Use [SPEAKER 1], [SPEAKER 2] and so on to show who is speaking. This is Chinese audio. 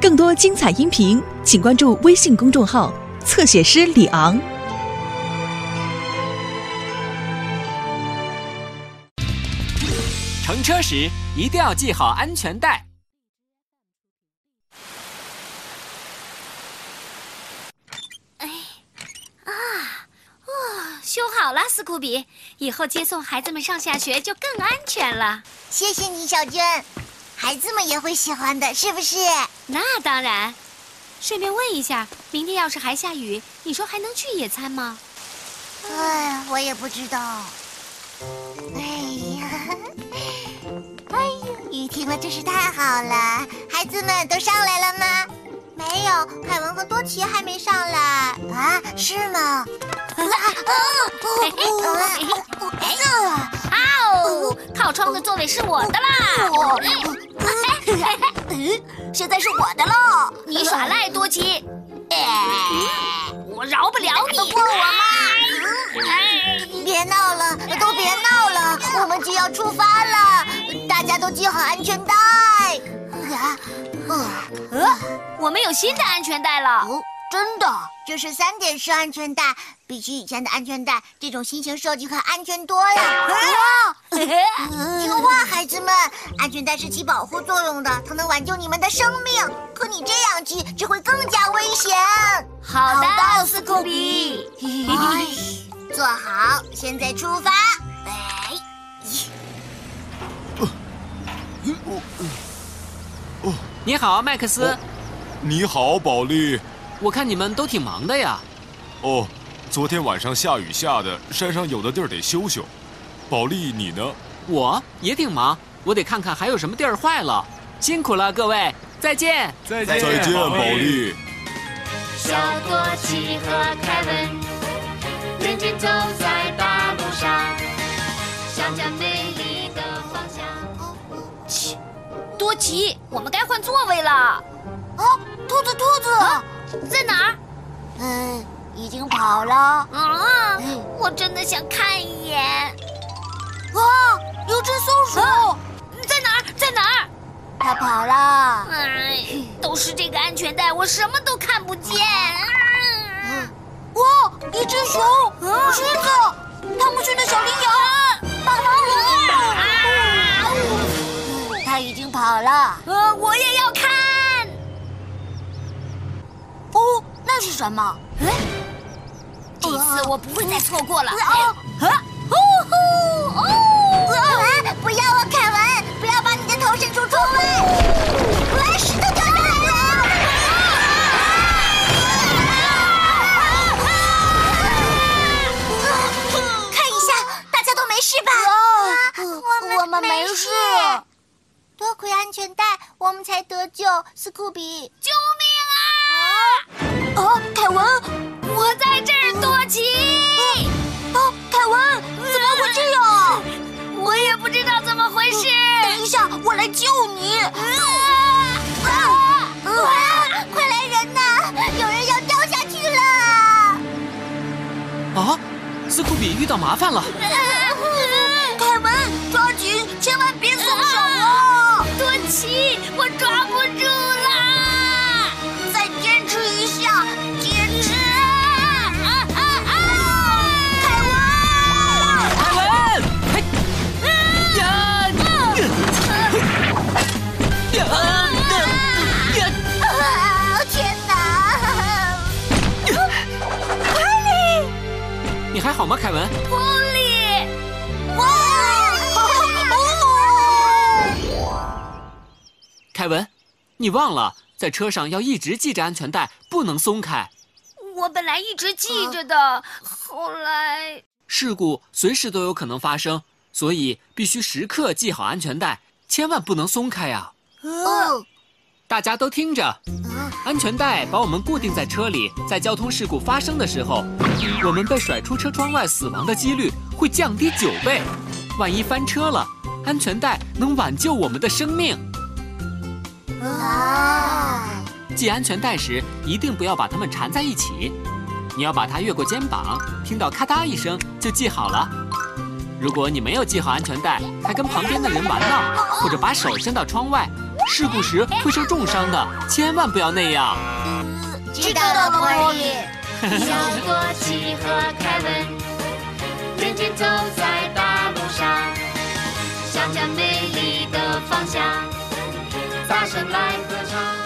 [SPEAKER 1] 更多精彩音频，请关注微信公众号“侧写师李昂”。
[SPEAKER 2] 乘车时一定要系好安全带。
[SPEAKER 3] 修好了，斯库比，以后接送孩子们上下学就更安全了。
[SPEAKER 4] 谢谢你，小娟，孩子们也会喜欢的，是不是？
[SPEAKER 3] 那当然。顺便问一下，明天要是还下雨，你说还能去野餐吗？
[SPEAKER 4] 哎，我也不知道。哎呀，哎呀，雨停了，真是太好了！孩子们都上来了吗？没有，凯文和多奇还没上来啊？是吗？
[SPEAKER 3] 啊哦，靠窗的座位是我的啦！
[SPEAKER 4] 现在是我的喽！
[SPEAKER 3] 你耍赖，多吉，
[SPEAKER 4] 哎
[SPEAKER 3] 我饶不了你！
[SPEAKER 4] 过我吗？嗯
[SPEAKER 3] 哎
[SPEAKER 4] 别闹了，都别闹了，我们就要出发了，大家都系好安全带。啊，
[SPEAKER 3] 呃，我们有新的安全带了。
[SPEAKER 4] 哦，真的，这是三点式安全带，比起以前的安全带，这种新型设计可安全多了。哇听话，孩子们，安全带是起保护作用的，它能挽救你们的生命。可你这样系，只会更加危险。
[SPEAKER 3] 好的，
[SPEAKER 4] 好的
[SPEAKER 3] 斯库比。
[SPEAKER 4] 哎，坐好，现在出发。哎，
[SPEAKER 2] 你好，麦克斯，
[SPEAKER 5] 你好，宝莉。
[SPEAKER 2] 我看你们都挺忙的呀。
[SPEAKER 5] 哦，昨天晚上下雨下的，山上有的地儿得修修。宝莉，你呢？
[SPEAKER 2] 我也挺忙，我得看看还有什么地儿坏了。辛苦了，各位，再见。
[SPEAKER 6] 再
[SPEAKER 5] 再见，宝。莉。
[SPEAKER 7] 小多奇和凯文认真走在大路上，向着美丽的方向。
[SPEAKER 3] 哦多吉，我们该换座位了。
[SPEAKER 4] 哦，兔子，兔子，
[SPEAKER 3] 在哪儿？
[SPEAKER 4] 嗯，已经跑了。
[SPEAKER 3] 啊，我真的想看一眼。
[SPEAKER 4] 哇，有只松鼠，
[SPEAKER 3] 在哪儿？在哪儿？
[SPEAKER 4] 它跑了。
[SPEAKER 3] 哎，都是这个安全带，我什么都看不见。
[SPEAKER 4] 哇，一只熊，狮子，他们训的小羚羊，帮忙我！它已经跑了。
[SPEAKER 3] 呃，我也要看。
[SPEAKER 4] 哦，那是什么？
[SPEAKER 3] 这次我不会再错过了。
[SPEAKER 4] 啊！
[SPEAKER 3] 呼呼哦！
[SPEAKER 4] 不要啊，凯文！不要把你的头伸出窗外！啊，石头掉下来了！看一下，大家都没事吧？啊，我们没事。多亏安全带，我们才得救。斯库比，
[SPEAKER 3] 救命
[SPEAKER 4] 啊，凯文，
[SPEAKER 3] 啊！我在这儿，多奇。
[SPEAKER 4] 啊，凯文，怎么会这样？
[SPEAKER 3] 我也不知道怎么回事。
[SPEAKER 4] 等一下，我来救你。啊啊！快来人呐！有人要掉下去了！
[SPEAKER 2] 啊，斯库比遇到麻烦了。
[SPEAKER 4] 凯文，抓紧，千万别松手啊！
[SPEAKER 3] 多奇，我抓不住了。
[SPEAKER 4] 再坚持一下，坚持！
[SPEAKER 3] 啊啊啊！
[SPEAKER 4] 凯文，
[SPEAKER 2] 凯文，嘿，呀，呀，呀，
[SPEAKER 4] 啊！天哪！
[SPEAKER 2] 你还好吗，凯文？
[SPEAKER 3] 普里，
[SPEAKER 4] 哇！
[SPEAKER 2] 凯文，你忘了在车上要一直系着安全带，不能松开。
[SPEAKER 3] 我本来一直记着的，后来。
[SPEAKER 2] 事故随时都有可能发生，所以必须时刻系好安全带，千万不能松开呀、
[SPEAKER 4] 哦，
[SPEAKER 2] 大家都听着，安全带把我们固定在车里，在交通事故发生的时候，我们被甩出车窗外死亡的几率会降低九倍。万一翻车了，安全带能挽救我们的生命。
[SPEAKER 4] 啊！
[SPEAKER 2] 系安全带时，一定不要把它们缠在一起，你要把它越过肩膀，听到咔嗒一声就系好了。如果你没有系好安全带，还跟旁边的人玩闹，或者把手伸到窗外，事故时会受重伤的，千万不要那样。
[SPEAKER 4] 知道了，茉莉。
[SPEAKER 3] 小多奇和凯文，认真走在大路上，向着美丽的方向，大声来合唱。